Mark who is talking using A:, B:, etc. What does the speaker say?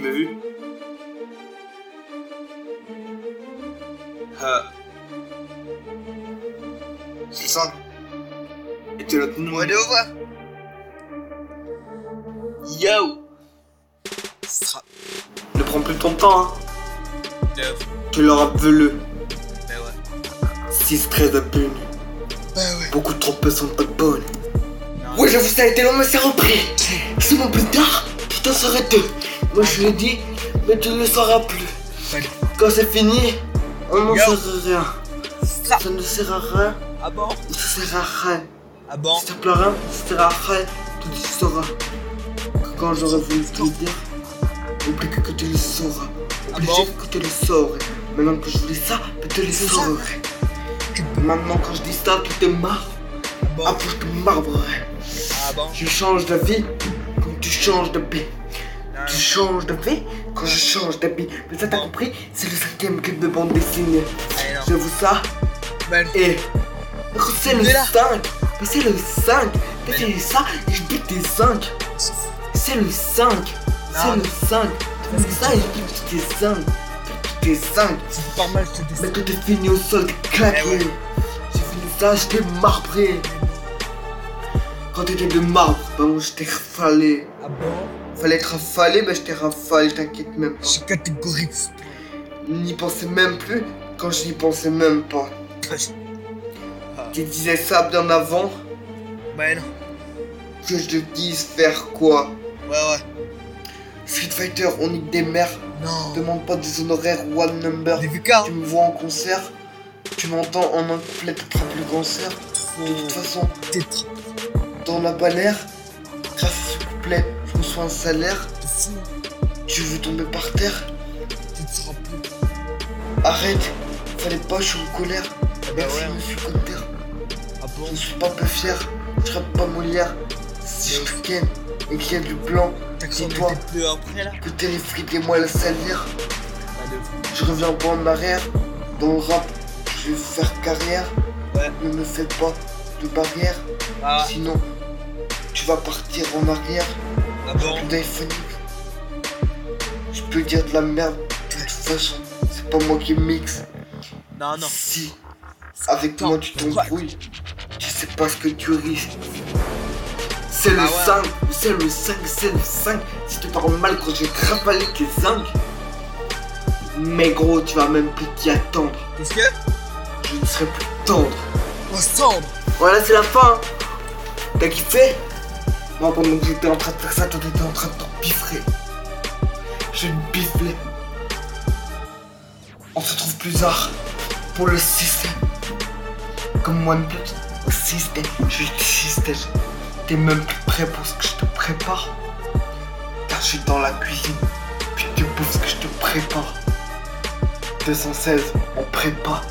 A: m'as vu Ah.
B: C'est ça.
A: Et t'es l'autre
B: On
A: nom.
B: va aller au voir.
A: Yo
C: Stra...
A: Ne prends plus ton temps, hein.
C: De ouf.
A: Tu leur appelles
C: Bah ouais.
A: 6-13 à peine.
C: Bah ouais.
A: Beaucoup trop peu sont pas bonnes.
C: Non.
A: Ouais, j'avoue, ça a été long, mais c'est repris. Sinon, plus tard, tu t'en serais deux. Moi, je l'ai dit, mais tu ne le sauras plus.
C: Allez.
A: Quand c'est fini, on n'en
C: Yo.
A: saura rien.
C: Stra...
A: Ça ne sert à rien,
C: Ah bon
A: ça sert à rien.
C: Ah bon
A: Si t'as plus rien, ça sert à rien. Tout tu sauras. Quand j'aurais voulu te le dire, oublie que tu le sauras.
C: Ah
A: Oublie
C: bon
A: que tu le saurais. Maintenant que je voulais ça, tu te le saurais. Maintenant, quand je dis ça, tu t'es marre.
C: Ah bon
A: Ah, pour te marbrerai.
C: Ah bon
A: Je change de vie quand tu changes de pays.
C: Non,
A: Tu
C: non.
A: changes d'habit quand je change d'habit. Mais ça t'as compris C'est le cinquième clip de bande dessinée.
C: Allez, non.
A: J'avoue ça
C: Bah non.
A: et. C'est le
C: Mais là.
A: 5 Mais c'est le 5 Mais c'est ça et je dis que t'es 5 C'est le 5 C'est
C: Non.
A: le 5 C'est ça et je dis que t'es 5 T'es 5
C: C'est pas mal, je te
A: Mais
C: descends.
A: que t'es fini au sol, t'es claqué
C: Eh ouais.
A: J'ai fini ça, je t'ai marbré Quand t'étais de marbre, bah moi je t'ai rafalé
C: Ah bon
A: Fallait être rafalé, bah je t'ai rafalé, t'inquiète même pas
C: Je suis catégorique.
A: n'y pensais même plus quand je n'y pensais même pas. Tu disais ça bien avant
C: Bah non.
A: que je te dise faire quoi.
C: Ouais, ouais.
A: Street Fighter, on nique des mères,
C: Non.
A: demande pas des honoraires one number.
C: T'as vu car
A: Tu me vois en concert, tu m'entends en un couplet attrape le cancer. De toute façon,
C: T'es trop
A: dans la bannière, grâce à ce couplet, je reçois un salaire.
C: de fou.
A: Tu veux tomber par terre
C: Tu te seras plus. Ah
A: Arrête, fallait pas, je suis en colère.
C: Bah
A: Merci,
C: ouais.
A: monsieur Copter.
C: Ah bon
A: Je ne suis pas peu fier, je serai pas Molière. Si je te ken et qu'il y a du blanc,
C: T'as
A: C'est
C: cru
A: toi.
C: qu'on était plus après là
A: que terrifie moi la salière.
C: Bah de fou.
A: Je reviens pas en arrière, dans le rap, je vais faire carrière.
C: Ouais.
A: Ne me fais pas de barrière,
C: Ah,
A: sinon tu vas partir en arrière.
C: ah bon
A: Téléphonique, je peux dire de la merde, de toute façon, c'est pas moi qui mixe.
C: Ah Non, non.
A: Si avec
C: Non,
A: moi tu t'embrouilles, tu sais pas ce que tu risques. C'est le
C: Ah ouais.
A: 5, c'est le 5, c'est le 5. Si tu parles mal quand j'ai travaillé tes 5, mais gros, tu vas même plus t'y attendre.
C: Qu'est-ce que
A: Je ne serai plus tendre.
C: Ensemble
A: Voilà, c'est la fin. T'as kiffé Moi, pendant que j'étais en train de faire ça, toi, t'étais en train de t'en piffrer. Je te bifflais. On se trouve plus tard pour le système. Comme moi, une petite au système. Je suis système. T'es même plus prêt pour ce que je te prépare. Car je suis dans la cuisine. Puis tu bouffes ce que je te prépare. 216, on prépare.